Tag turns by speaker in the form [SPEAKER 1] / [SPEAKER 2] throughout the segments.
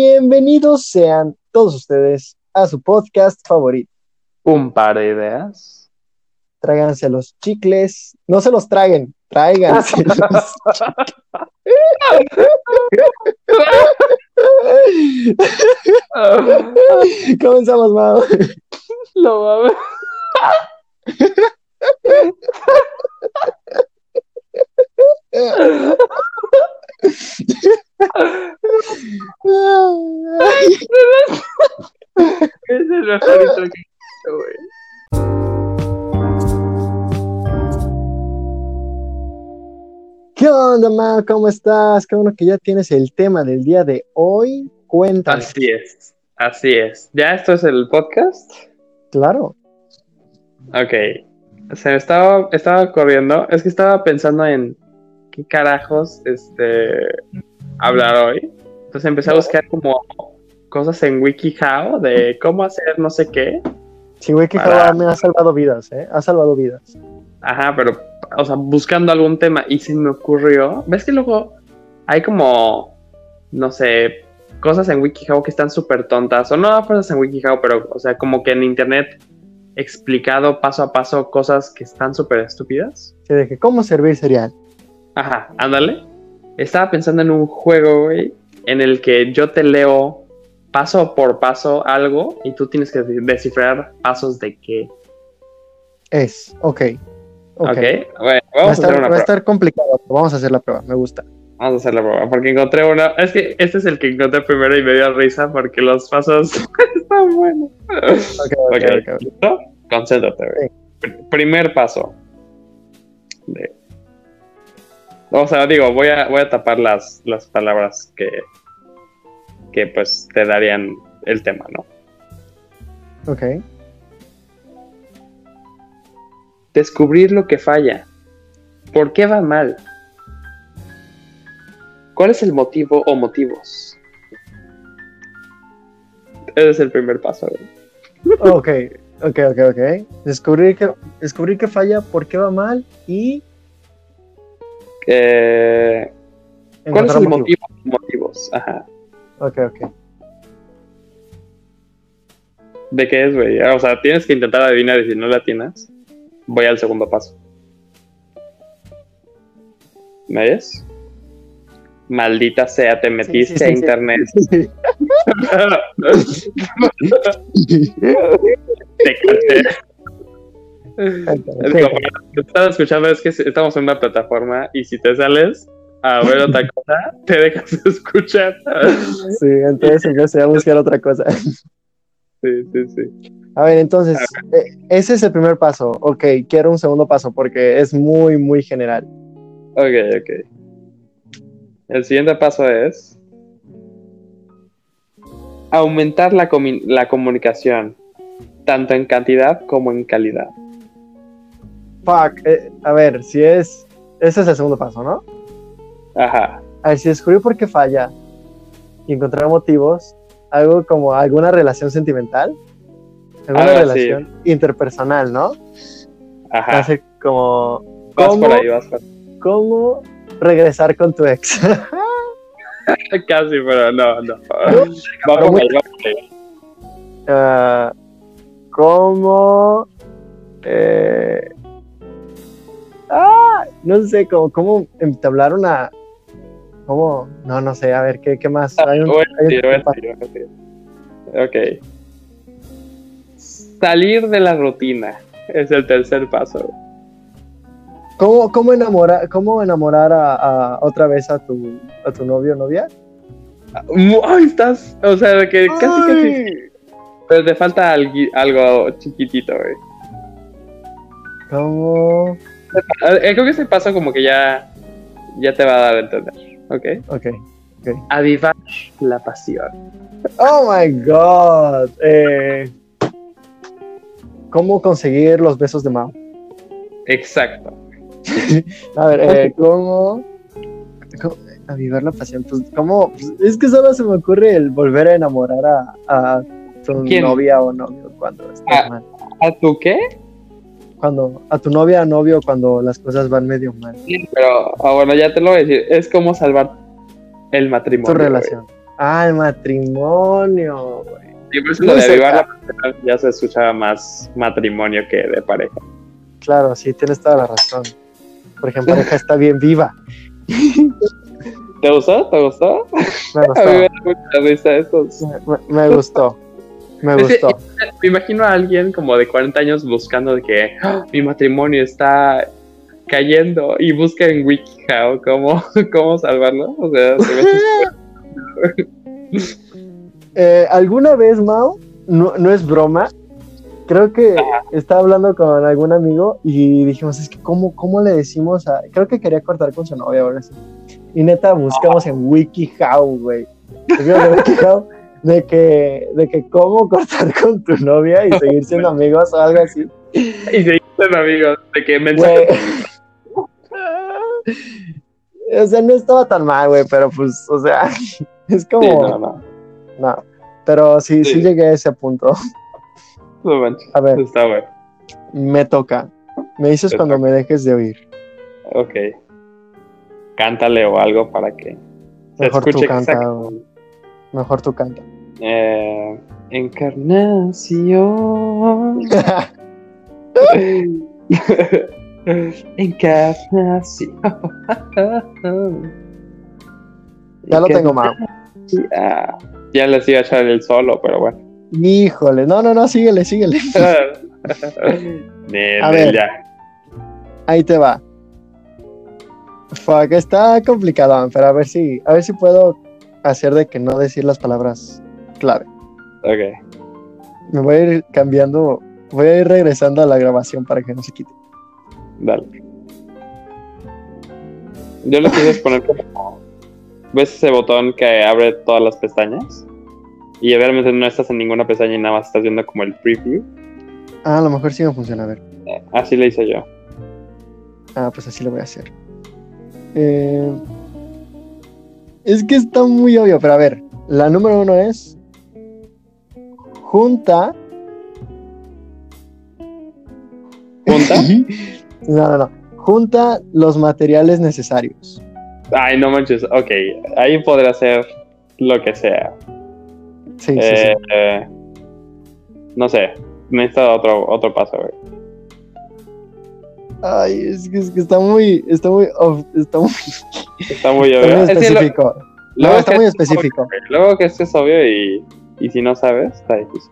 [SPEAKER 1] Bienvenidos sean todos ustedes a su podcast favorito.
[SPEAKER 2] Un par de ideas.
[SPEAKER 1] Tráiganse los chicles. No se los traguen, tráiganse los chicles. Comenzamos, Mau.
[SPEAKER 2] No mames. Es el mejor intro que he hecho, güey.
[SPEAKER 1] ¿Qué onda, Mau? ¿Cómo estás? Qué bueno que ya tienes el tema del día de hoy. Cuéntame.
[SPEAKER 2] Así es, así es. ¿Ya esto es el podcast?
[SPEAKER 1] Claro.
[SPEAKER 2] Ok. Se me estaba, estaba corriendo. Es que estaba pensando en qué carajos este, hablar hoy. Entonces empecé a buscar como cosas en WikiHow de cómo hacer no sé qué.
[SPEAKER 1] Sí, güey, que
[SPEAKER 2] Para-
[SPEAKER 1] cabrón, me ha salvado vidas, ¿eh? Ha salvado vidas.
[SPEAKER 2] Ajá, pero, o sea, buscando algún tema. Y se me ocurrió. ¿Ves que luego hay como, no sé, cosas en WikiHow que están súper tontas? O no, cosas en WikiHow, pero, o sea, como que en internet explicado paso a paso cosas que están súper estúpidas.
[SPEAKER 1] Sí, de que cómo servir cereal.
[SPEAKER 2] Ajá, ándale. Estaba pensando en un juego, güey, en el que yo te leo paso por paso algo y tú tienes que descifrar pasos de qué.
[SPEAKER 1] Es, ok. Ok.
[SPEAKER 2] Ok, bueno,
[SPEAKER 1] Va a
[SPEAKER 2] vamos a hacer
[SPEAKER 1] estar,
[SPEAKER 2] una
[SPEAKER 1] va a
[SPEAKER 2] prueba.
[SPEAKER 1] estar complicado. pero Vamos a hacer la prueba, me gusta.
[SPEAKER 2] Vamos a hacer la prueba, porque encontré una. Es que este es el que encontré primero y me dio risa porque los pasos están buenos.
[SPEAKER 1] Ok,
[SPEAKER 2] Ok,
[SPEAKER 1] ok, ok.
[SPEAKER 2] ¿listo? Concéntrate, güey. Pr- Primer paso. De- O sea, digo, voy a, voy a tapar las, las palabras que, que pues te darían el tema, ¿no?
[SPEAKER 1] Ok.
[SPEAKER 2] Descubrir lo que falla. ¿Por qué va mal? ¿Cuál es el motivo o motivos? Ese es el primer paso. güey.
[SPEAKER 1] Ok, ok, ok, ok. Descubrir que, descubrir que falla, por qué va mal y
[SPEAKER 2] Eh, ¿Cuál es
[SPEAKER 1] encontrar
[SPEAKER 2] el
[SPEAKER 1] motivo.
[SPEAKER 2] motivo o motivos? Ajá.
[SPEAKER 1] Ok, ok.
[SPEAKER 2] ¿De qué es, güey? O sea, tienes que intentar adivinar y si no la atinas, voy al segundo paso. ¿Me oyes? Maldita sea, te metiste
[SPEAKER 1] sí,
[SPEAKER 2] a
[SPEAKER 1] sí.
[SPEAKER 2] internet. Te caché. Es como, lo que estaba escuchando es que estamos en una plataforma y si te sales a ver otra cosa, te dejas escuchar.
[SPEAKER 1] Sí, entonces empecé a buscar otra cosa.
[SPEAKER 2] Sí, sí, sí.
[SPEAKER 1] A ver, entonces, eh, ese es el primer paso. Ok, quiero un segundo paso porque es muy, muy general.
[SPEAKER 2] Ok, ok. El siguiente paso es aumentar la, comi- la comunicación, tanto en cantidad como en calidad.
[SPEAKER 1] Fuck, eh, a ver, si es. Ese es el segundo paso, ¿no?
[SPEAKER 2] Ajá.
[SPEAKER 1] A ver, si descubrir por qué falla y encontrar motivos, algo como alguna relación sentimental, alguna
[SPEAKER 2] Algo así.
[SPEAKER 1] relación interpersonal, ¿no? Va a
[SPEAKER 2] Ajá.
[SPEAKER 1] ser como.
[SPEAKER 2] Vas
[SPEAKER 1] ¿Cómo,
[SPEAKER 2] por ahí, vas por
[SPEAKER 1] cómo regresar con tu ex?
[SPEAKER 2] ahí. Casi, pero no, no. Va por ahí, va por ahí.
[SPEAKER 1] Ah, ¿Cómo. eh, ah, no sé, como, cómo entablar una. ¿Cómo? No, no sé, a ver, ¿qué, qué más?
[SPEAKER 2] Ah,
[SPEAKER 1] Hay un-
[SPEAKER 2] Voy a
[SPEAKER 1] hay un-
[SPEAKER 2] decir, voy a decir, voy a decir. Ok. Salir de la rutina es el tercer paso. eh.
[SPEAKER 1] ¿Cómo, cómo enamorar, cómo enamorar a, a- otra vez a tu, a tu novio o novia?
[SPEAKER 2] Ay, estás. O sea, de que casi, casi. Pero te falta algui- algo chiquitito, güey.
[SPEAKER 1] ¿Cómo?
[SPEAKER 2] A ver, eh, Creo que ese paso, como que ya. Ya te va a dar a entender. Ok.
[SPEAKER 1] Ok.
[SPEAKER 2] Avivar la pasión.
[SPEAKER 1] Oh my god. Eh, ¿Cómo conseguir los besos de Mao?
[SPEAKER 2] Exacto.
[SPEAKER 1] A ver, eh, ¿cómo, cómo avivar la pasión? Pues, ¿cómo? Pues, es que solo se me ocurre el volver a enamorar a, a tu
[SPEAKER 2] ¿Quién?
[SPEAKER 1] novia o novio cuando estás
[SPEAKER 2] Ah.
[SPEAKER 1] mal.
[SPEAKER 2] ¿A tú qué?
[SPEAKER 1] Cuando, a tu novia o novio cuando las cosas van medio mal.
[SPEAKER 2] Pero, ah, bueno, ya te lo voy a decir. Es como salvar el matrimonio.
[SPEAKER 1] Tu
[SPEAKER 2] güey.
[SPEAKER 1] relación. Ah, el matrimonio, güey.
[SPEAKER 2] Sí, por eso
[SPEAKER 1] Muy
[SPEAKER 2] lo de
[SPEAKER 1] cerca.
[SPEAKER 2] avivar la pasión ya se escuchaba más matrimonio que de pareja.
[SPEAKER 1] Claro, sí, tienes toda la razón. Porque en pareja está bien viva.
[SPEAKER 2] ¿Te gustó? ¿Te gustó?
[SPEAKER 1] Me
[SPEAKER 2] A mí me
[SPEAKER 1] gustó.
[SPEAKER 2] da mucha risa eso.
[SPEAKER 1] Me, me- me gustó. Me
[SPEAKER 2] Es que-
[SPEAKER 1] gustó.
[SPEAKER 2] Me imagino a alguien como de 40 años buscando de que "Ah, mi matrimonio está cayendo y busca en WikiHow cómo, cómo salvarlo. O sea, se ve
[SPEAKER 1] Eh, ¿Alguna vez, Mao? No, no es broma. Creo que estaba hablando con algún amigo y dijimos, es que ¿cómo, cómo le decimos a...? Creo que quería cortar con su novia o algo así. Y neta, buscamos en WikiHow, güey. Buscamos en WikiHow de que, de que cómo cortar con tu novia y seguir siendo amigos o algo así.
[SPEAKER 2] y se dicen amigos de que mensaje.
[SPEAKER 1] Güey. o sea, no estaba tan mal, güey, pero pues, o sea, es como...
[SPEAKER 2] Sí,
[SPEAKER 1] no.
[SPEAKER 2] no, no,
[SPEAKER 1] Pero sí, sí
[SPEAKER 2] Sí.
[SPEAKER 1] llegué a ese punto.
[SPEAKER 2] no manches,
[SPEAKER 1] A ver.
[SPEAKER 2] está bueno.
[SPEAKER 1] Me toca. Me dices
[SPEAKER 2] Te
[SPEAKER 1] cuando me dejes de oír.
[SPEAKER 2] Ok. Cántale o algo para que se
[SPEAKER 1] Mejor tú
[SPEAKER 2] escuche
[SPEAKER 1] canta.
[SPEAKER 2] exacto.
[SPEAKER 1] Mejor tú canta.
[SPEAKER 2] Eh, encarnación. Encarnación.
[SPEAKER 1] Ya lo tengo, Mau.
[SPEAKER 2] Ah, ya les iba a echar el solo, pero bueno.
[SPEAKER 1] Híjole. No, no, no, síguele, síguele.
[SPEAKER 2] Nel,
[SPEAKER 1] A
[SPEAKER 2] Nel,
[SPEAKER 1] ver.
[SPEAKER 2] ya.
[SPEAKER 1] Ahí te va. Fuck, está complicado, pero a ver si, a ver si puedo hacer de que no decir las palabras clave.
[SPEAKER 2] Ok.
[SPEAKER 1] Me voy a ir cambiando, voy a ir regresando a la grabación para que no se quite.
[SPEAKER 2] Dale. Yo lo quise poner como. ¿Ves ese botón que abre todas las pestañas? Y realmente no estás en ninguna pestaña y nada más estás viendo como el preview.
[SPEAKER 1] Ah, a lo mejor sí me funciona, a ver.
[SPEAKER 2] Eh, Así le hice yo.
[SPEAKER 1] Ah, pues así lo voy a hacer. Eh, es que está muy obvio, pero a ver, la número uno es junta.
[SPEAKER 2] ¿Junta?
[SPEAKER 1] No, no, no. Junta los materiales necesarios.
[SPEAKER 2] Ay, no manches. Ok. Ahí podrá hacer lo que sea.
[SPEAKER 1] Sí, sí,
[SPEAKER 2] Eh, eh, no sé. Necesito otro, otro paso, güey.
[SPEAKER 1] sí. Ay, es que, es que está muy, está muy, ob- está muy,
[SPEAKER 2] Está muy
[SPEAKER 1] está muy
[SPEAKER 2] obvio. Es que lo-
[SPEAKER 1] específico.
[SPEAKER 2] luego
[SPEAKER 1] No, está
[SPEAKER 2] que-
[SPEAKER 1] muy específico.
[SPEAKER 2] Luego que esto es obvio y, y si no sabes, está difícil.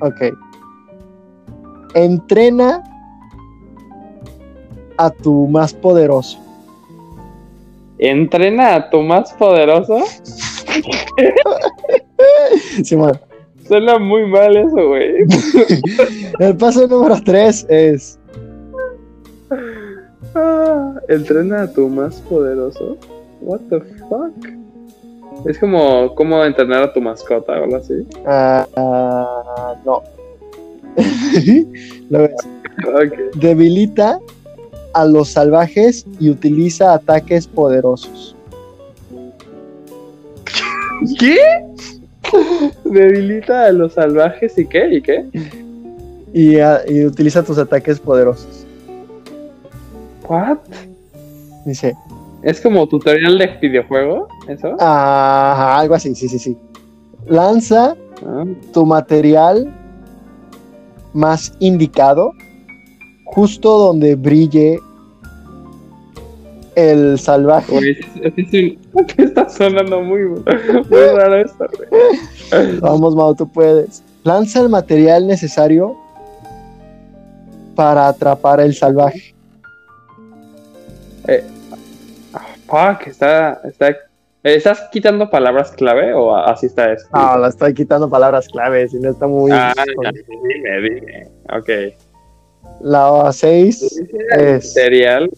[SPEAKER 1] Ok. Entrena a tu más poderoso.
[SPEAKER 2] Entrena a tu más poderoso.
[SPEAKER 1] Simón.
[SPEAKER 2] Suena muy mal eso, güey.
[SPEAKER 1] El paso número tres es
[SPEAKER 2] Ah, Entrena a tu más poderoso. What the fuck? Es como, como entrenar a tu mascota o algo así.
[SPEAKER 1] Ah, ah, no. Lo ves.
[SPEAKER 2] Ok.
[SPEAKER 1] Debilita a los salvajes y utiliza ataques poderosos.
[SPEAKER 2] ¿Qué? Debilita a los salvajes y qué, y qué.
[SPEAKER 1] Y, ah, y utiliza tus ataques poderosos.
[SPEAKER 2] What?
[SPEAKER 1] Dice,
[SPEAKER 2] Es como tutorial de videojuego, eso.
[SPEAKER 1] Ah. ajá, algo así, sí, sí, sí. Lanza
[SPEAKER 2] Ah,
[SPEAKER 1] tu material más indicado justo donde brille el salvaje.
[SPEAKER 2] güey, es- es- es un- está sonando muy, muy raro esto, güey.
[SPEAKER 1] Vamos, Mau, tú puedes. Lanza el material necesario para atrapar el salvaje.
[SPEAKER 2] Ah, fuck, está, está. eh, ¿Estás quitando palabras clave o así está esto?
[SPEAKER 1] Ah, la estoy quitando palabras claves y no está muy.
[SPEAKER 2] Ah, ya, dime, dime. Ok.
[SPEAKER 1] La 6 es.
[SPEAKER 2] Serial.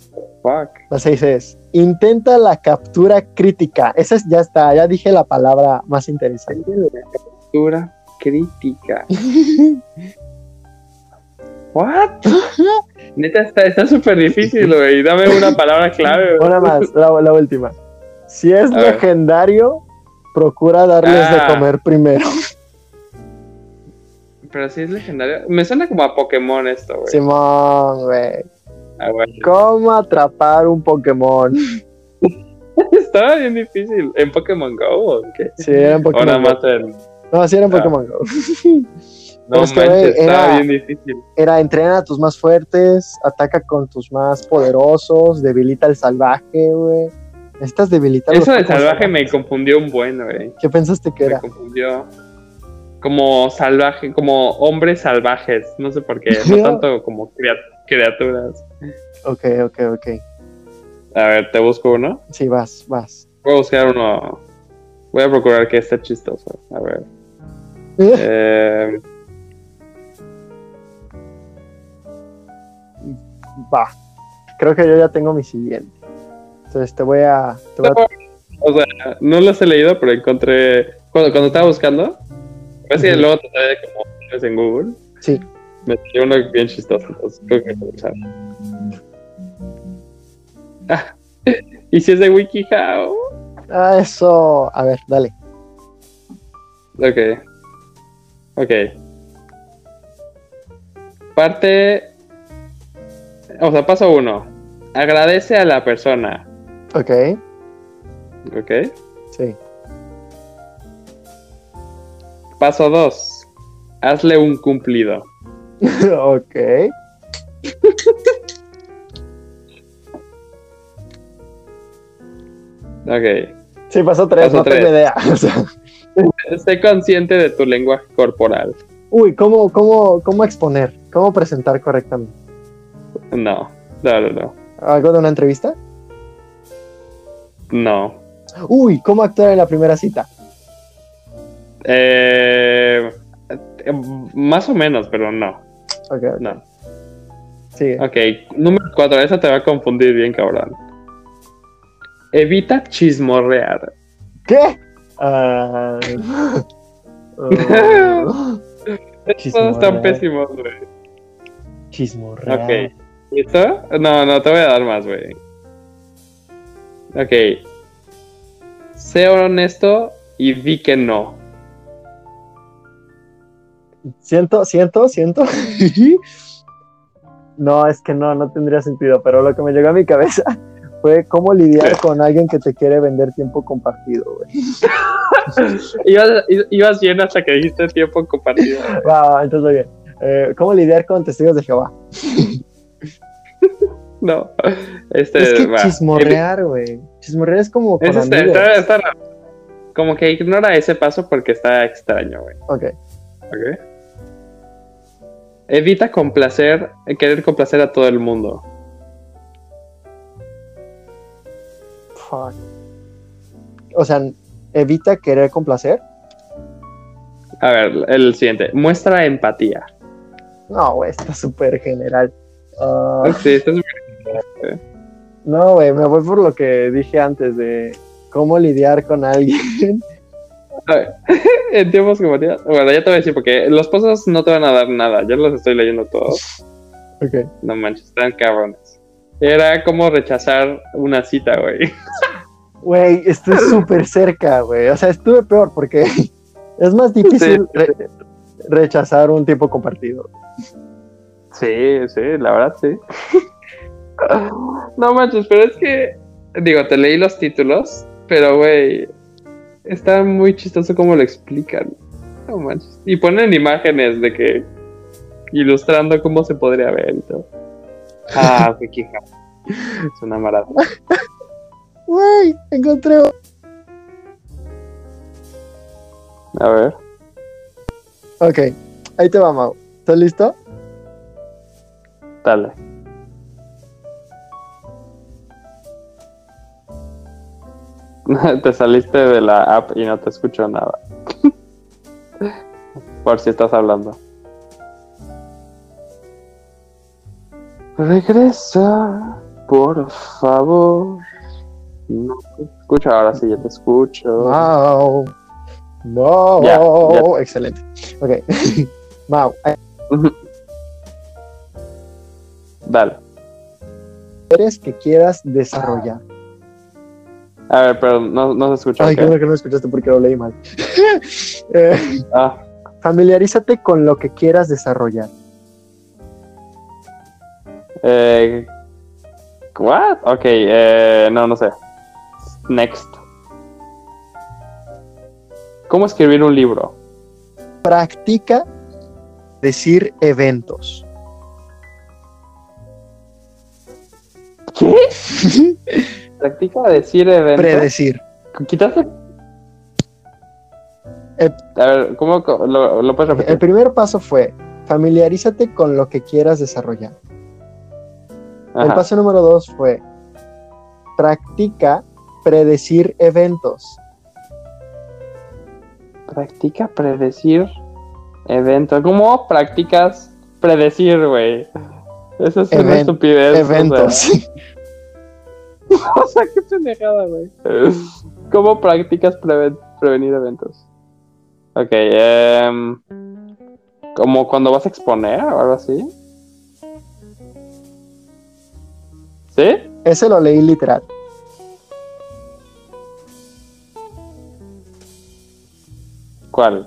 [SPEAKER 2] Fuck.
[SPEAKER 1] La 6 es. Intenta la captura crítica. Esa es, ya está, ya dije la palabra más interesante.
[SPEAKER 2] Captura crítica. What? Neta, está está súper difícil, güey. Dame una palabra clave. güey.
[SPEAKER 1] Una más, la, la última. Si es
[SPEAKER 2] A ver.
[SPEAKER 1] legendario, procura darles
[SPEAKER 2] Ah.
[SPEAKER 1] de comer primero.
[SPEAKER 2] Pero sí es legendario. Me suena como a Pokémon esto, güey.
[SPEAKER 1] Simón, güey.
[SPEAKER 2] Ah, bueno.
[SPEAKER 1] ¿Cómo atrapar un Pokémon?
[SPEAKER 2] Estaba bien difícil. ¿En Pokémon Go o en qué?
[SPEAKER 1] Sí, era en
[SPEAKER 2] O nada
[SPEAKER 1] Pokémon Go.
[SPEAKER 2] más en.
[SPEAKER 1] No, sí era en
[SPEAKER 2] Ah.
[SPEAKER 1] Pokémon Go.
[SPEAKER 2] No
[SPEAKER 1] Es que,
[SPEAKER 2] manches,
[SPEAKER 1] güey,
[SPEAKER 2] estaba
[SPEAKER 1] era-
[SPEAKER 2] bien difícil.
[SPEAKER 1] Era entrena a tus más fuertes, ataca con tus más poderosos, debilita al salvaje, güey. Necesitas debilitar
[SPEAKER 2] Eso
[SPEAKER 1] los
[SPEAKER 2] de
[SPEAKER 1] Pokémon
[SPEAKER 2] salvaje me
[SPEAKER 1] salvajes.
[SPEAKER 2] confundió un buen, güey.
[SPEAKER 1] ¿Qué pensaste que
[SPEAKER 2] Me
[SPEAKER 1] era?
[SPEAKER 2] confundió. Como salvaje, como hombres salvajes. No sé por qué. No
[SPEAKER 1] Yo-
[SPEAKER 2] tanto como cria- criaturas.
[SPEAKER 1] Ok, ok, ok.
[SPEAKER 2] A ver, te busco uno.
[SPEAKER 1] Sí, vas, vas.
[SPEAKER 2] Voy a buscar uno. Voy a procurar que esté chistoso. A ver. Eh,
[SPEAKER 1] Va. Creo que yo ya tengo mi siguiente. Entonces te voy a. te voy a-
[SPEAKER 2] o sea, no los he leído, pero encontré. Cuando, cuando estaba buscando, ves que
[SPEAKER 1] Ujú.
[SPEAKER 2] luego te sale como opciones en Google.
[SPEAKER 1] Sí.
[SPEAKER 2] Me salió uno bien chistoso. entonces creo que lo voy a usar. Ah, y si es de WikiHow.
[SPEAKER 1] Ah, eso. A ver, dale.
[SPEAKER 2] Ok. Ok. Parte. O sea, paso uno. Agradece a la persona.
[SPEAKER 1] Ok,
[SPEAKER 2] Ok.
[SPEAKER 1] sí.
[SPEAKER 2] Paso 2. Hazle un cumplido.
[SPEAKER 1] ok.
[SPEAKER 2] Ok.
[SPEAKER 1] Sí, pasó tres,
[SPEAKER 2] Paso
[SPEAKER 1] no
[SPEAKER 2] tres.
[SPEAKER 1] tengo idea. O sea,
[SPEAKER 2] Sé consciente de tu lenguaje corporal.
[SPEAKER 1] uy, ¿cómo, cómo, ¿cómo exponer? ¿Cómo presentar correctamente?
[SPEAKER 2] No. No, no, no.
[SPEAKER 1] ¿Algo de una entrevista?
[SPEAKER 2] No.
[SPEAKER 1] Uy, ¿cómo actuar en la primera cita?
[SPEAKER 2] Eh, eh, más o menos, pero no.
[SPEAKER 1] Ok, ok.
[SPEAKER 2] No.
[SPEAKER 1] Sigue.
[SPEAKER 2] Ok. Número 4. Esa te va a confundir bien, cabrón. Evita chismorrear.
[SPEAKER 1] ¿Qué? Ah,
[SPEAKER 2] Oh.
[SPEAKER 1] ah,
[SPEAKER 2] Todos están
[SPEAKER 1] Chismorrear.
[SPEAKER 2] pésimos, güey.
[SPEAKER 1] Chismorrear.
[SPEAKER 2] Ok. ¿Listo? No, no, te voy a dar más, güey. Ok. Sé honesto y di que no.
[SPEAKER 1] Siento, siento, siento. no, es que no, no tendría sentido, pero lo que me llegó a mi cabeza fue cómo lidiar con alguien que te quiere vender tiempo compartido, güey.
[SPEAKER 2] Ibas, i- ibas bien hasta que dijiste tiempo compartido.
[SPEAKER 1] Va, va, Ah, entonces muy bien. Eh, ¿Cómo lidiar con testigos de Jehová?
[SPEAKER 2] No. Este,
[SPEAKER 1] es que
[SPEAKER 2] va.
[SPEAKER 1] chismorrear, güey. Chismorrear es como con
[SPEAKER 2] Es este,
[SPEAKER 1] amigos.
[SPEAKER 2] está- está raro. Como que ignora ese paso porque está extraño, güey.
[SPEAKER 1] Ok.
[SPEAKER 2] Ok. Evita complacer, querer complacer a todo el mundo.
[SPEAKER 1] Fuck. O sea, evita querer complacer.
[SPEAKER 2] A ver, el siguiente. Muestra empatía.
[SPEAKER 1] No, güey, está súper general. Ah,
[SPEAKER 2] Sí, esto es
[SPEAKER 1] no, güey, me voy por lo que dije antes de cómo lidiar con alguien.
[SPEAKER 2] A ver, en tiempos como tía- Bueno, ya te voy a decir, porque los pozos no te van a dar nada. Yo los estoy leyendo todos.
[SPEAKER 1] ok.
[SPEAKER 2] No manches, están cabrones. Era como rechazar una cita, güey.
[SPEAKER 1] Güey, estoy súper cerca, güey. O sea, estuve peor porque es más difícil re- rechazar un tiempo compartido.
[SPEAKER 2] Sí, sí, la verdad, sí. No manches, pero es que. Digo, te leí los títulos, pero, güey. Está muy chistoso como lo explican. No manches. Y ponen imágenes de que. Ilustrando cómo se podría ver y todo. Ah, qué quija. Es una maravilla.
[SPEAKER 1] Güey, encontré. un-
[SPEAKER 2] A ver.
[SPEAKER 1] Ok, ahí te va, Mau. ¿Estás listo?
[SPEAKER 2] Dale. Te saliste de la app y no te escucho nada. Por si estás hablando. Regresa, por favor. No te escucho, ahora sí ya te escucho.
[SPEAKER 1] Ah. Mau. Mau.
[SPEAKER 2] Ya, ya.
[SPEAKER 1] Excelente. Ok, Mau. ahí
[SPEAKER 2] Dale.
[SPEAKER 1] Eres que quieras desarrollar.
[SPEAKER 2] A ver, pero no, no se escucha.
[SPEAKER 1] Ay,
[SPEAKER 2] ¿ok?
[SPEAKER 1] qué bueno que no me escuchaste porque lo leí mal. Eh,
[SPEAKER 2] Ah,
[SPEAKER 1] familiarízate con lo que quieras desarrollar.
[SPEAKER 2] eh, what? Ok, eh, no, no sé. Next. ¿Cómo escribir un libro?
[SPEAKER 1] Practica decir eventos.
[SPEAKER 2] ¿Qué? Practica decir eventos.
[SPEAKER 1] Predecir.
[SPEAKER 2] Quitaste.
[SPEAKER 1] El-
[SPEAKER 2] A ver, ¿cómo co- lo, lo puedes
[SPEAKER 1] El
[SPEAKER 2] repetir?
[SPEAKER 1] primer paso fue familiarízate con lo que quieras desarrollar. El
[SPEAKER 2] Ajá.
[SPEAKER 1] paso número dos fue practica predecir eventos.
[SPEAKER 2] Practica predecir eventos. ¿Cómo practicas predecir, güey? Eso es una
[SPEAKER 1] Even-
[SPEAKER 2] estupidez. o sea.
[SPEAKER 1] eventos.
[SPEAKER 2] O sea, qué pendejada, güey. ¿Cómo practicas preve- prevenir eventos? Ok, em, como cuando vas a exponer o algo así. ¿Sí?
[SPEAKER 1] Ese lo leí literal.
[SPEAKER 2] ¿Cuál?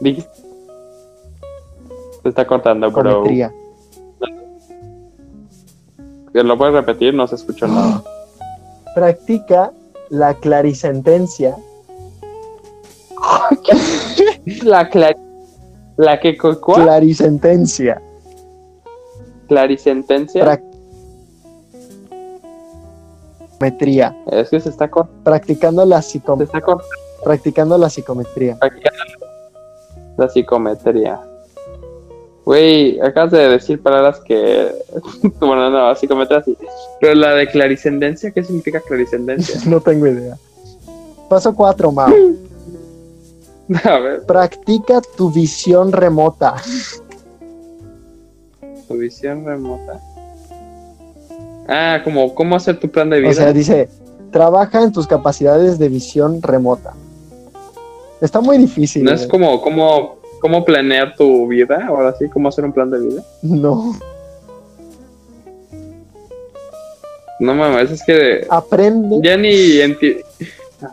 [SPEAKER 2] Dijiste- Se está cortando, pero
[SPEAKER 1] Cometría.
[SPEAKER 2] Eh, ¿lo puedes repetir? No se escuchó nada.
[SPEAKER 1] Practica la clarisentencia.
[SPEAKER 2] La cla- La que con cuál?
[SPEAKER 1] Clarisentencia.
[SPEAKER 2] clarisentencia.
[SPEAKER 1] Prac- Metría.
[SPEAKER 2] Es que se está, cor-
[SPEAKER 1] Practicando la,
[SPEAKER 2] se
[SPEAKER 1] psicom-
[SPEAKER 2] está cortando.
[SPEAKER 1] practicando la psicometría.
[SPEAKER 2] La psicometría. Güey, acabas de decir palabras que. bueno, no, psicometría sí. Pero la de clarisendencia, ¿qué significa clarisendencia?
[SPEAKER 1] No tengo idea. Paso 4, Mao.
[SPEAKER 2] A ver,
[SPEAKER 1] Practica tu visión remota.
[SPEAKER 2] tu visión remota. Ah, como cómo hacer tu plan de vida.
[SPEAKER 1] O sea, dice, trabaja en tus capacidades de visión remota. Está muy difícil.
[SPEAKER 2] no es
[SPEAKER 1] eh.
[SPEAKER 2] como cómo, cómo planear tu vida, ahora sí, cómo hacer un plan de vida.
[SPEAKER 1] No.
[SPEAKER 2] No mames, es que
[SPEAKER 1] Aprende,
[SPEAKER 2] ya ni enti-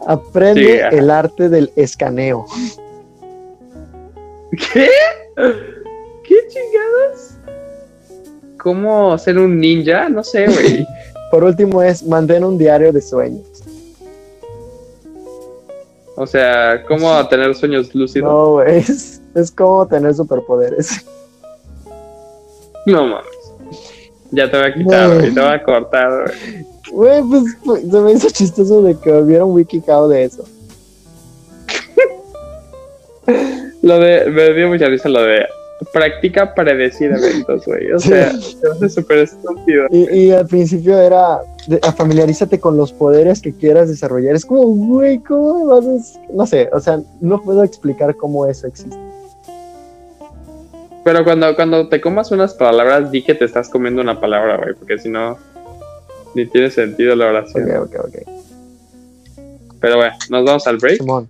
[SPEAKER 1] aprende
[SPEAKER 2] Sí, ajá.
[SPEAKER 1] el arte del escaneo.
[SPEAKER 2] ¿Qué? ¿Qué chingadas? ¿Cómo ser un ninja? No sé, güey.
[SPEAKER 1] Por último es, mantén un diario de sueños.
[SPEAKER 2] O sea, cómo tener sueños lúcidos.
[SPEAKER 1] No, es, es como tener superpoderes.
[SPEAKER 2] No mames. Ya te voy a quitar,
[SPEAKER 1] No.
[SPEAKER 2] güey. Te voy a cortar, güey.
[SPEAKER 1] Güey, pues, pues, se me hizo chistoso de que hubiera un wikicao de eso.
[SPEAKER 2] Lo de. Me dio mucha risa lo de. Practica predecir eventos, güey. O
[SPEAKER 1] Sí.
[SPEAKER 2] sea, te hace súper estúpido.
[SPEAKER 1] Y, y al principio era, de- a familiarízate con los poderes que quieras desarrollar. Es como, güey, ¿cómo vas a...? des- No sé, o sea, no puedo explicar cómo eso existe.
[SPEAKER 2] Pero cuando, cuando te comas unas palabras, di que te estás comiendo una palabra, güey. Porque si no. Ni tiene sentido la oración.
[SPEAKER 1] Ok, ok, ok.
[SPEAKER 2] Pero bueno, nos vamos al break.
[SPEAKER 1] Simón.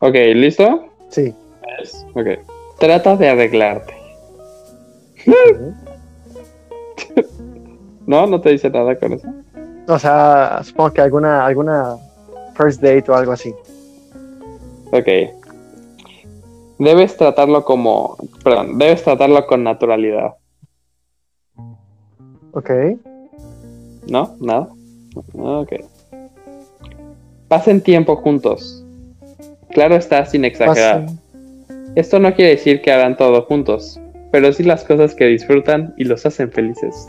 [SPEAKER 2] Ok, ¿listo?
[SPEAKER 1] Sí.
[SPEAKER 2] Ok. Trata de arreglarte. No, no te dice nada con eso.
[SPEAKER 1] O sea, supongo que alguna, alguna first date o algo así.
[SPEAKER 2] Ok. Debes tratarlo como. Perdón, debes tratarlo con naturalidad,
[SPEAKER 1] Ok.
[SPEAKER 2] ¿no? Nada. Ok. Pasen tiempo juntos. Claro está, sin exagerar.
[SPEAKER 1] Pasen-
[SPEAKER 2] Esto no quiere decir que hagan todo juntos, pero sí las cosas que disfrutan y los hacen felices.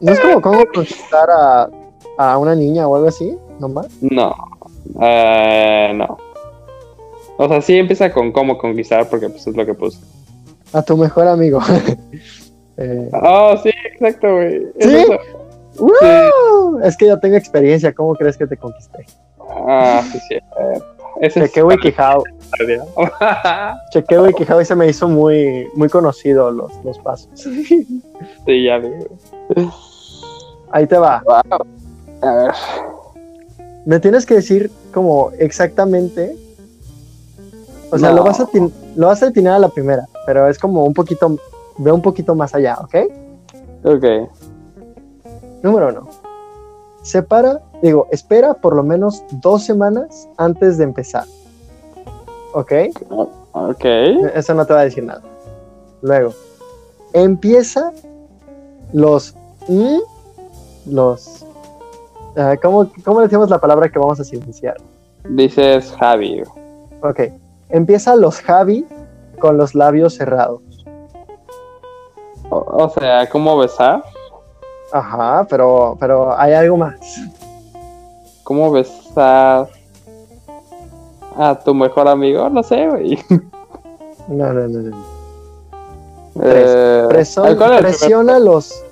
[SPEAKER 1] No es como cómo conquistar a, a una niña o algo así, nomás.
[SPEAKER 2] No. Eh, no. O sea, sí empieza con cómo conquistar, porque pues es lo que puse.
[SPEAKER 1] A tu mejor amigo. Eh,
[SPEAKER 2] Oh, sí, exacto, güey. Es
[SPEAKER 1] ¿Sí?
[SPEAKER 2] eso.
[SPEAKER 1] ¡wow! Es que ya tengo experiencia. ¿Cómo crees que te conquisté?
[SPEAKER 2] Ah, sí, sí. Eh, ese es
[SPEAKER 1] Chequé WikiHow.
[SPEAKER 2] tarde.
[SPEAKER 1] Chequé WikiHow y se me hizo muy, muy conocido los, los pasos.
[SPEAKER 2] Sí, ya vi, güey.
[SPEAKER 1] Ahí te va.
[SPEAKER 2] A ver.
[SPEAKER 1] Me tienes que decir como exactamente. O sea,
[SPEAKER 2] No.
[SPEAKER 1] lo, vas a atin- lo vas a atinar a la primera, pero es como un poquito, ve un poquito más allá, ¿ok?
[SPEAKER 2] Ok.
[SPEAKER 1] Número uno. Separa, digo, espera por lo menos dos semanas antes de empezar. ¿Ok?
[SPEAKER 2] Ok.
[SPEAKER 1] Eso no te va a decir nada. Luego, empieza los... ¿Mm? Los... ah, ¿cómo, ¿Cómo le decimos la palabra que vamos a silenciar?
[SPEAKER 2] Dices Javi.
[SPEAKER 1] Ok. Empieza los Javi con los labios cerrados.
[SPEAKER 2] O, o sea, ¿cómo besar?
[SPEAKER 1] Ajá, pero, pero hay algo más.
[SPEAKER 2] ¿Cómo besar a tu mejor amigo? No sé, güey.
[SPEAKER 1] No, no, no, no. Tres.
[SPEAKER 2] Eh,
[SPEAKER 1] Preso-
[SPEAKER 2] ¿cuál es el
[SPEAKER 1] presiona los...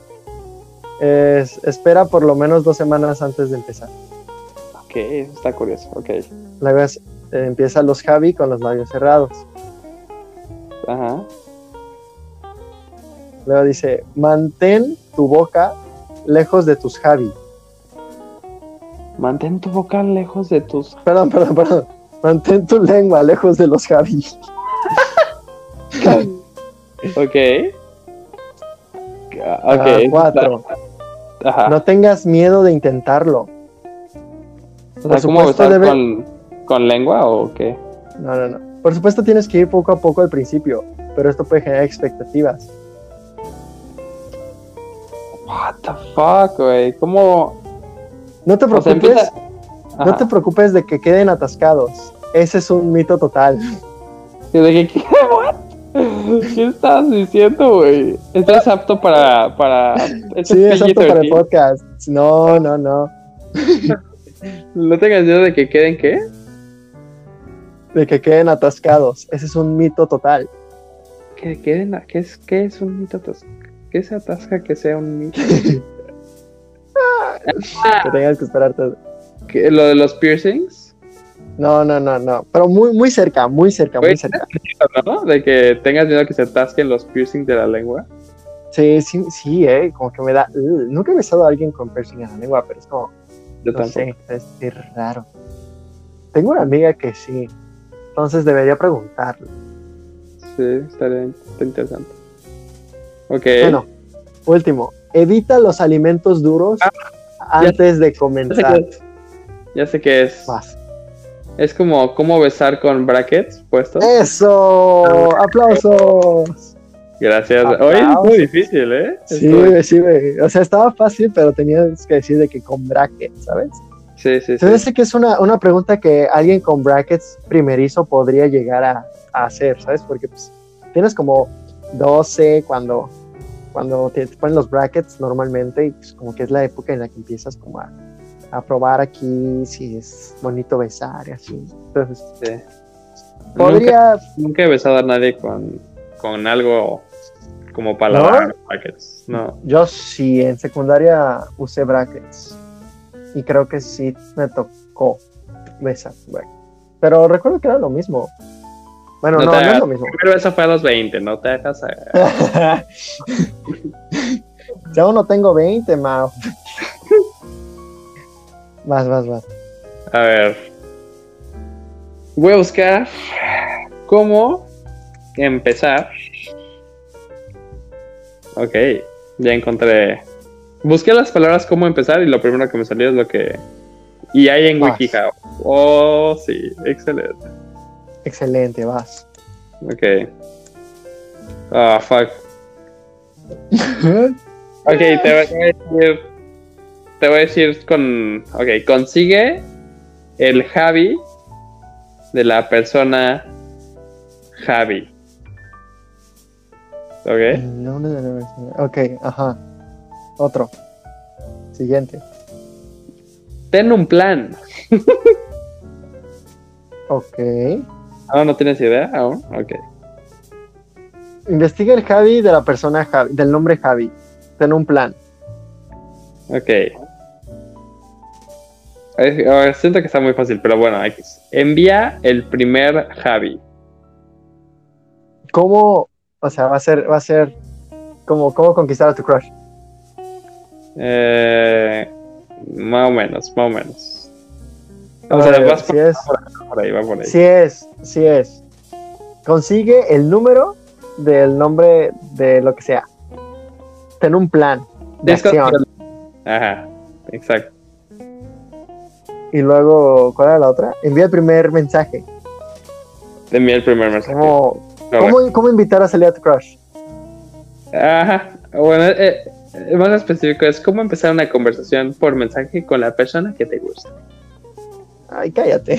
[SPEAKER 1] es- espera por lo menos dos semanas antes de empezar.
[SPEAKER 2] primer? Ok, eso está curioso. Ok.
[SPEAKER 1] Luego es- eh, empieza los Javi con los labios cerrados.
[SPEAKER 2] Ajá.
[SPEAKER 1] Luego dice, mantén tu boca lejos de tus Javi.
[SPEAKER 2] Mantén tu boca lejos de tus.
[SPEAKER 1] Perdón, perdón, perdón. Mantén tu lengua lejos de los Javi.
[SPEAKER 2] Ok.
[SPEAKER 1] Ah,
[SPEAKER 2] Ok.
[SPEAKER 1] cuatro.
[SPEAKER 2] Ajá.
[SPEAKER 1] No tengas miedo de intentarlo.
[SPEAKER 2] O
[SPEAKER 1] por
[SPEAKER 2] sea, Ah, ¿cómo
[SPEAKER 1] supuesto
[SPEAKER 2] besar
[SPEAKER 1] debe-
[SPEAKER 2] con, con lengua o qué?
[SPEAKER 1] No, no, no. Por supuesto tienes que ir poco a poco al principio, pero esto puede generar expectativas.
[SPEAKER 2] What the fuck, güey. ¿Cómo?
[SPEAKER 1] No te
[SPEAKER 2] O sea,
[SPEAKER 1] preocupes,
[SPEAKER 2] empieza.
[SPEAKER 1] no te
[SPEAKER 2] Ajá.
[SPEAKER 1] preocupes de que queden atascados. Ese es un mito total.
[SPEAKER 2] Yo dije, ¿qué? What? ¿Qué estás diciendo, güey? Esto es apto para. para... este esto
[SPEAKER 1] Sí, es apto para el
[SPEAKER 2] PG-13.
[SPEAKER 1] podcast. No, no, no.
[SPEAKER 2] No tengas miedo de que queden qué?
[SPEAKER 1] De que queden atascados. Ese es un mito total.
[SPEAKER 2] Que queden. a- ¿Qué es, qué es un mito atasca? ¿Qué se atasca que sea un mito?
[SPEAKER 1] Que tengas que esperarte.
[SPEAKER 2] ¿Qué- ¿Lo de los piercings?
[SPEAKER 1] No, no, no, no. Pero muy, muy cerca, muy cerca, muy
[SPEAKER 2] Güey.
[SPEAKER 1] cerca.
[SPEAKER 2] ¿No? De que tengas miedo que se atasquen los piercings de la lengua.
[SPEAKER 1] Sí, sí, sí, eh. Como que me da. uh, Nunca he besado a alguien con piercing en la lengua, pero es como.
[SPEAKER 2] Yo
[SPEAKER 1] No
[SPEAKER 2] tampoco.
[SPEAKER 1] sé, es, es raro. Tengo una amiga que sí, entonces debería preguntarle.
[SPEAKER 2] Sí, estaría in- está interesante. Ok.
[SPEAKER 1] Bueno, último, evita los alimentos duros antes de
[SPEAKER 2] Ah, ya sé qué
[SPEAKER 1] comenzar.
[SPEAKER 2] es. Ya sé qué es.
[SPEAKER 1] Vas.
[SPEAKER 2] Es como cómo besar con brackets puestos.
[SPEAKER 1] Eh, ¡Eso! ¡Aplausos!
[SPEAKER 2] Gracias. Hoy es muy difícil, ¿eh?
[SPEAKER 1] ah, Sí,
[SPEAKER 2] Estoy-
[SPEAKER 1] güey, sí, güey. O sea, estaba fácil, pero tenías que decir de que con brackets, ¿sabes?
[SPEAKER 2] sí, sí.
[SPEAKER 1] Se
[SPEAKER 2] sí.
[SPEAKER 1] me hace que es una, una pregunta que alguien con brackets primerizo podría llegar a, a hacer, ¿sabes? Porque pues, tienes como 12 cuando, cuando te, te ponen los brackets normalmente y pues, como que es la época en la que empiezas como a, a probar aquí si es bonito besar y así. Entonces,
[SPEAKER 2] Sí. Nunca,
[SPEAKER 1] podría...
[SPEAKER 2] nunca he besado a nadie con, con algo como paladar o brackets. No.
[SPEAKER 1] Yo sí, en secundaria usé brackets y creo que sí me tocó besar brackets. Pero recuerdo que era lo mismo. Bueno,
[SPEAKER 2] No
[SPEAKER 1] no,
[SPEAKER 2] te
[SPEAKER 1] no es
[SPEAKER 2] hagas-
[SPEAKER 1] lo mismo.
[SPEAKER 2] Pero eso fue a los 20, no te dejas a...
[SPEAKER 1] Yo aún no tengo 20, Mao. Vas, vas, vas.
[SPEAKER 2] A ver. Voy a buscar cómo empezar. Ok, ya encontré. Busqué las palabras cómo empezar y lo primero que me salió es lo que. Y hay en
[SPEAKER 1] Vas.
[SPEAKER 2] WikiHow. Oh, sí, excelente.
[SPEAKER 1] Excelente, vas.
[SPEAKER 2] Ok. Ah, fuck. Ok, te voy a decir. Te voy a decir con. Ok, consigue el Javi de la persona Javi. Ok.
[SPEAKER 1] El nombre de la persona. Ok, ajá. Otro. Siguiente.
[SPEAKER 2] Ten un plan.
[SPEAKER 1] Ok.
[SPEAKER 2] Ah, no tienes idea aún. Ok.
[SPEAKER 1] Investiga el Javi de la persona Javi, del nombre Javi. Ten un plan.
[SPEAKER 2] Ok. Ay, ah, Siento que está muy fácil, pero bueno, X. Envía el primer Javi.
[SPEAKER 1] ¿Cómo? O sea, va a ser, va a ser como cómo conquistar a tu crush.
[SPEAKER 2] Eh, más o menos, más o menos. O sea,
[SPEAKER 1] Ay,
[SPEAKER 2] vas
[SPEAKER 1] si es,
[SPEAKER 2] por ahí, va por ahí.
[SPEAKER 1] si es, si es. Consigue el número del nombre de lo que sea. Ten un plan de
[SPEAKER 2] Disco-
[SPEAKER 1] acción.
[SPEAKER 2] Ajá, exacto.
[SPEAKER 1] Y luego, ¿cuál era la otra? Envía el primer mensaje.
[SPEAKER 2] De mí el primer mensaje.
[SPEAKER 1] ¿Cómo,
[SPEAKER 2] A ver.
[SPEAKER 1] Oh, cómo, cómo invitar a Celia a tu crush?
[SPEAKER 2] Ajá. Bueno, eh, eh, más específico es cómo empezar una conversación por mensaje con la persona que te gusta.
[SPEAKER 1] Ay, cállate.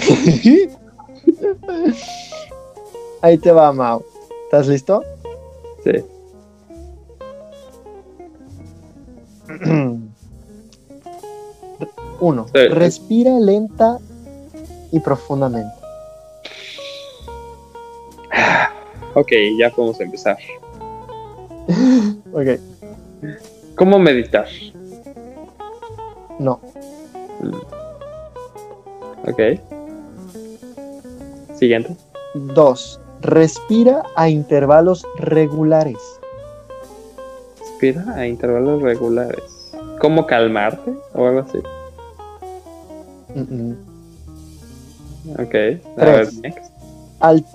[SPEAKER 1] Ahí te va, Mau. ¿Estás listo?
[SPEAKER 2] Sí.
[SPEAKER 1] Uno.
[SPEAKER 2] Sí.
[SPEAKER 1] Respira lenta y profundamente.
[SPEAKER 2] Ah, Ok, ya podemos empezar.
[SPEAKER 1] Ok.
[SPEAKER 2] ¿Cómo meditar?
[SPEAKER 1] No.
[SPEAKER 2] Ok. Siguiente.
[SPEAKER 1] Dos. Respira a intervalos regulares.
[SPEAKER 2] Respira a intervalos regulares. ¿Cómo calmarte? O algo así.
[SPEAKER 1] Mm, mm.
[SPEAKER 2] Ok. A ver,
[SPEAKER 1] Tres.
[SPEAKER 2] next.
[SPEAKER 1] Al-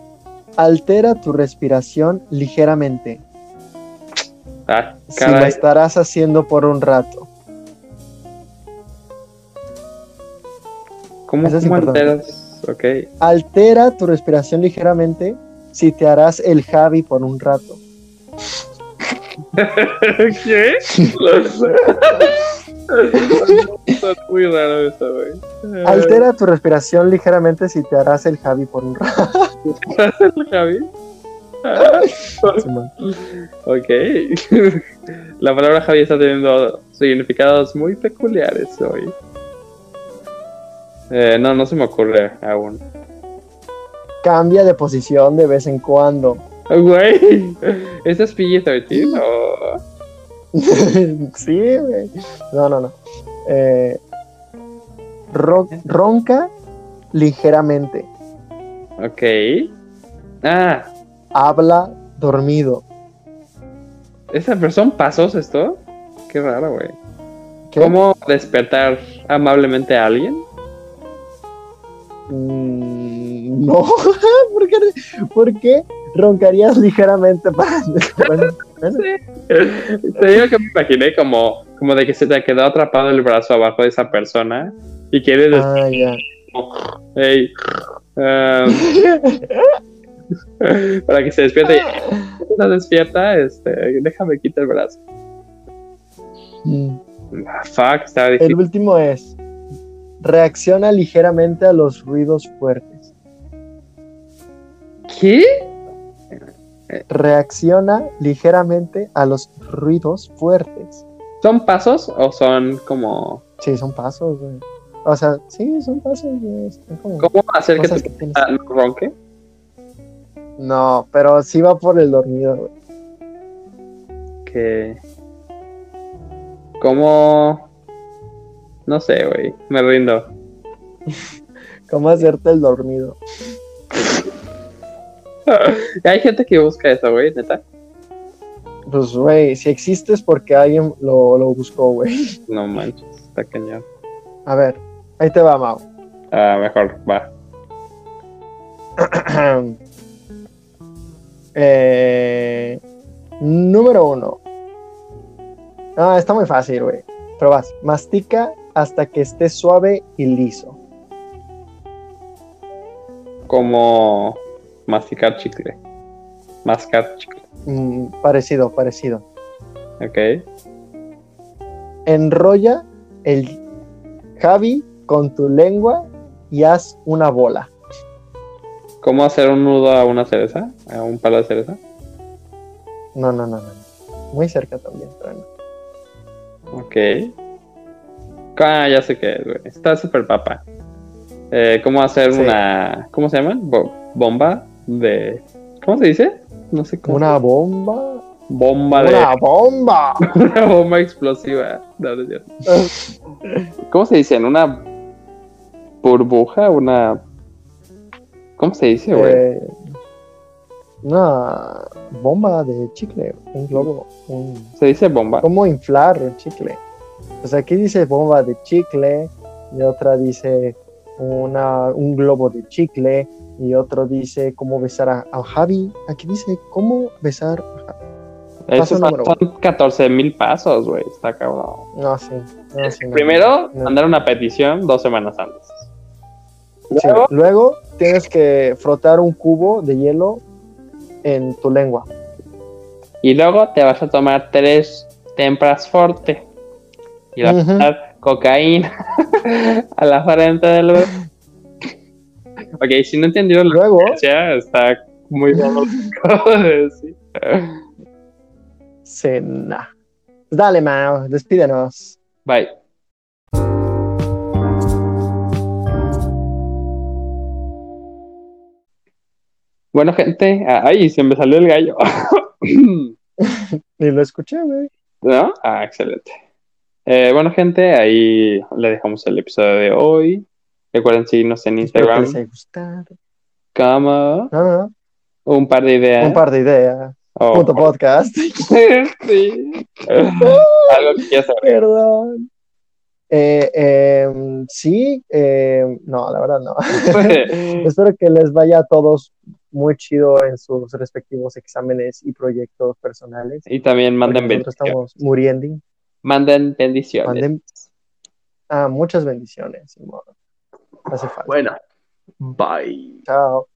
[SPEAKER 1] altera tu respiración ligeramente.
[SPEAKER 2] Ah,
[SPEAKER 1] Si lo
[SPEAKER 2] caray.
[SPEAKER 1] estarás haciendo por un rato.
[SPEAKER 2] ¿Cómo,
[SPEAKER 1] Eso es
[SPEAKER 2] cómo
[SPEAKER 1] importante.
[SPEAKER 2] alteras? Ok.
[SPEAKER 1] Altera tu respiración ligeramente si te harás el Javi por un rato.
[SPEAKER 2] ¿Qué? Está muy raro eso, güey.
[SPEAKER 1] Altera tu respiración ligeramente si te harás el Javi por un rato.
[SPEAKER 2] Javi.
[SPEAKER 1] Simón.
[SPEAKER 2] Ok. La palabra Javi está teniendo significados muy peculiares hoy. Eh, no, no se me ocurre aún.
[SPEAKER 1] Cambia de posición de vez en cuando.
[SPEAKER 2] Güey, ¿esto es PG-13 o...?
[SPEAKER 1] sí, güey. No, no, no. Eh, ro- ronca ligeramente.
[SPEAKER 2] Ok. Ah,
[SPEAKER 1] Habla dormido.
[SPEAKER 2] ¿esa persona pasos esto? Qué raro, güey.
[SPEAKER 1] ¿Qué?
[SPEAKER 2] ¿Cómo despertar amablemente a alguien?
[SPEAKER 1] Mm, no. ¿Por qué, por qué roncarías ligeramente para bueno,
[SPEAKER 2] Te digo que me imaginé como, como de que se te quedó atrapado el brazo abajo de esa persona y quieres des-
[SPEAKER 1] Ah, ya.
[SPEAKER 2] Ey, um, para que se despierte. Y cuando despierta, este, déjame quitar el brazo.
[SPEAKER 1] Mm.
[SPEAKER 2] Ah, fuck, estaba
[SPEAKER 1] El
[SPEAKER 2] difícil.
[SPEAKER 1] último es. Reacciona ligeramente a los ruidos fuertes.
[SPEAKER 2] ¿Qué?
[SPEAKER 1] Reacciona ligeramente a los ruidos fuertes.
[SPEAKER 2] ¿Son pasos o son como...
[SPEAKER 1] Sí, son pasos, güey. O sea, sí, son pasos, güey. Son como
[SPEAKER 2] ¿Cómo hacer que
[SPEAKER 1] cosas
[SPEAKER 2] tu
[SPEAKER 1] que tienes.
[SPEAKER 2] ah, no ronque?
[SPEAKER 1] No, pero sí va por el dormido, güey.
[SPEAKER 2] Que... ¿Cómo...? No sé, güey. Me rindo.
[SPEAKER 1] ¿Cómo hacerte el dormido?
[SPEAKER 2] Hay gente que busca eso, güey, neta.
[SPEAKER 1] Pues, güey, si existes porque alguien lo, lo buscó, güey.
[SPEAKER 2] No manches, está cañón.
[SPEAKER 1] A ver, ahí te va, Mau.
[SPEAKER 2] Ah, mejor, va.
[SPEAKER 1] Eh, número uno. Ah, está muy fácil, güey. Pero vas, mastica hasta que esté suave y liso.
[SPEAKER 2] Como masticar chicle. Mascar chicle,
[SPEAKER 1] Mm, parecido, parecido.
[SPEAKER 2] ok.
[SPEAKER 1] Enrolla el Javi con tu lengua y haz una bola.
[SPEAKER 2] ¿Cómo hacer un nudo a una cereza? ¿A un palo de cereza?
[SPEAKER 1] No, no, no, no. Muy cerca también, pero no.
[SPEAKER 2] Ok. Ah, ya sé qué es, güey. Está súper papa. Eh, ¿Cómo hacer
[SPEAKER 1] Sí.
[SPEAKER 2] una. ¿Cómo se llama? Bo- bomba de. ¿Cómo se dice? No sé cómo.
[SPEAKER 1] Una bomba.
[SPEAKER 2] bomba de.
[SPEAKER 1] Una bomba.
[SPEAKER 2] Una bomba explosiva. No, no es cierto. ¿Cómo se dice? ¿En una burbuja? ¿Una. ¿Cómo se dice, güey?
[SPEAKER 1] Eh, una bomba de chicle, un globo, un-
[SPEAKER 2] ¿Se dice bomba?
[SPEAKER 1] ¿Cómo inflar un chicle? Pues aquí dice bomba de chicle, y otra dice una, un globo de chicle, y otro dice cómo besar a, a Javi. Aquí dice cómo besar a Javi.
[SPEAKER 2] Esos son
[SPEAKER 1] número uno.
[SPEAKER 2] 14 mil pasos, güey. Está cabrón.
[SPEAKER 1] No, sí. no, sí, no,
[SPEAKER 2] Primero,
[SPEAKER 1] no.
[SPEAKER 2] mandar una petición dos semanas antes.
[SPEAKER 1] Sí. Luego tienes que frotar un cubo de hielo en tu lengua.
[SPEAKER 2] Y luego te vas a tomar tres tempras forte. Y vas
[SPEAKER 1] Ujú.
[SPEAKER 2] a dar cocaína a la frente del bebé. ok, si no entendieron la
[SPEAKER 1] Luego,
[SPEAKER 2] referencia, está muy bueno lo que acabo de decir.
[SPEAKER 1] cena. Dale, Mao, despídenos.
[SPEAKER 2] Bye. Bueno, gente. ah, Ay, se me salió el gallo.
[SPEAKER 1] Ni lo escuché, güey.
[SPEAKER 2] ¿No? Ah, excelente. Eh, bueno, gente, ahí le dejamos el episodio de hoy. Recuerden seguirnos en
[SPEAKER 1] Espero que
[SPEAKER 2] Instagram,
[SPEAKER 1] les haya gustado.
[SPEAKER 2] cama,
[SPEAKER 1] No, no,
[SPEAKER 2] un par de ideas.
[SPEAKER 1] un par de ideas.
[SPEAKER 2] o-
[SPEAKER 1] Punto podcast. Oh,
[SPEAKER 2] Sí. Algo que quieras saber.
[SPEAKER 1] Perdón. Eh, eh, sí, eh, no, la verdad no. Espero que les vaya a todos muy chido en sus respectivos exámenes y proyectos personales.
[SPEAKER 2] Y también
[SPEAKER 1] Porque
[SPEAKER 2] manden
[SPEAKER 1] nosotros
[SPEAKER 2] bendiciones.
[SPEAKER 1] estamos muriendo.
[SPEAKER 2] Manden bendiciones.
[SPEAKER 1] Manden- Ah, muchas bendiciones. Simón. Hace falta.
[SPEAKER 2] Bueno, bye.
[SPEAKER 1] Chao.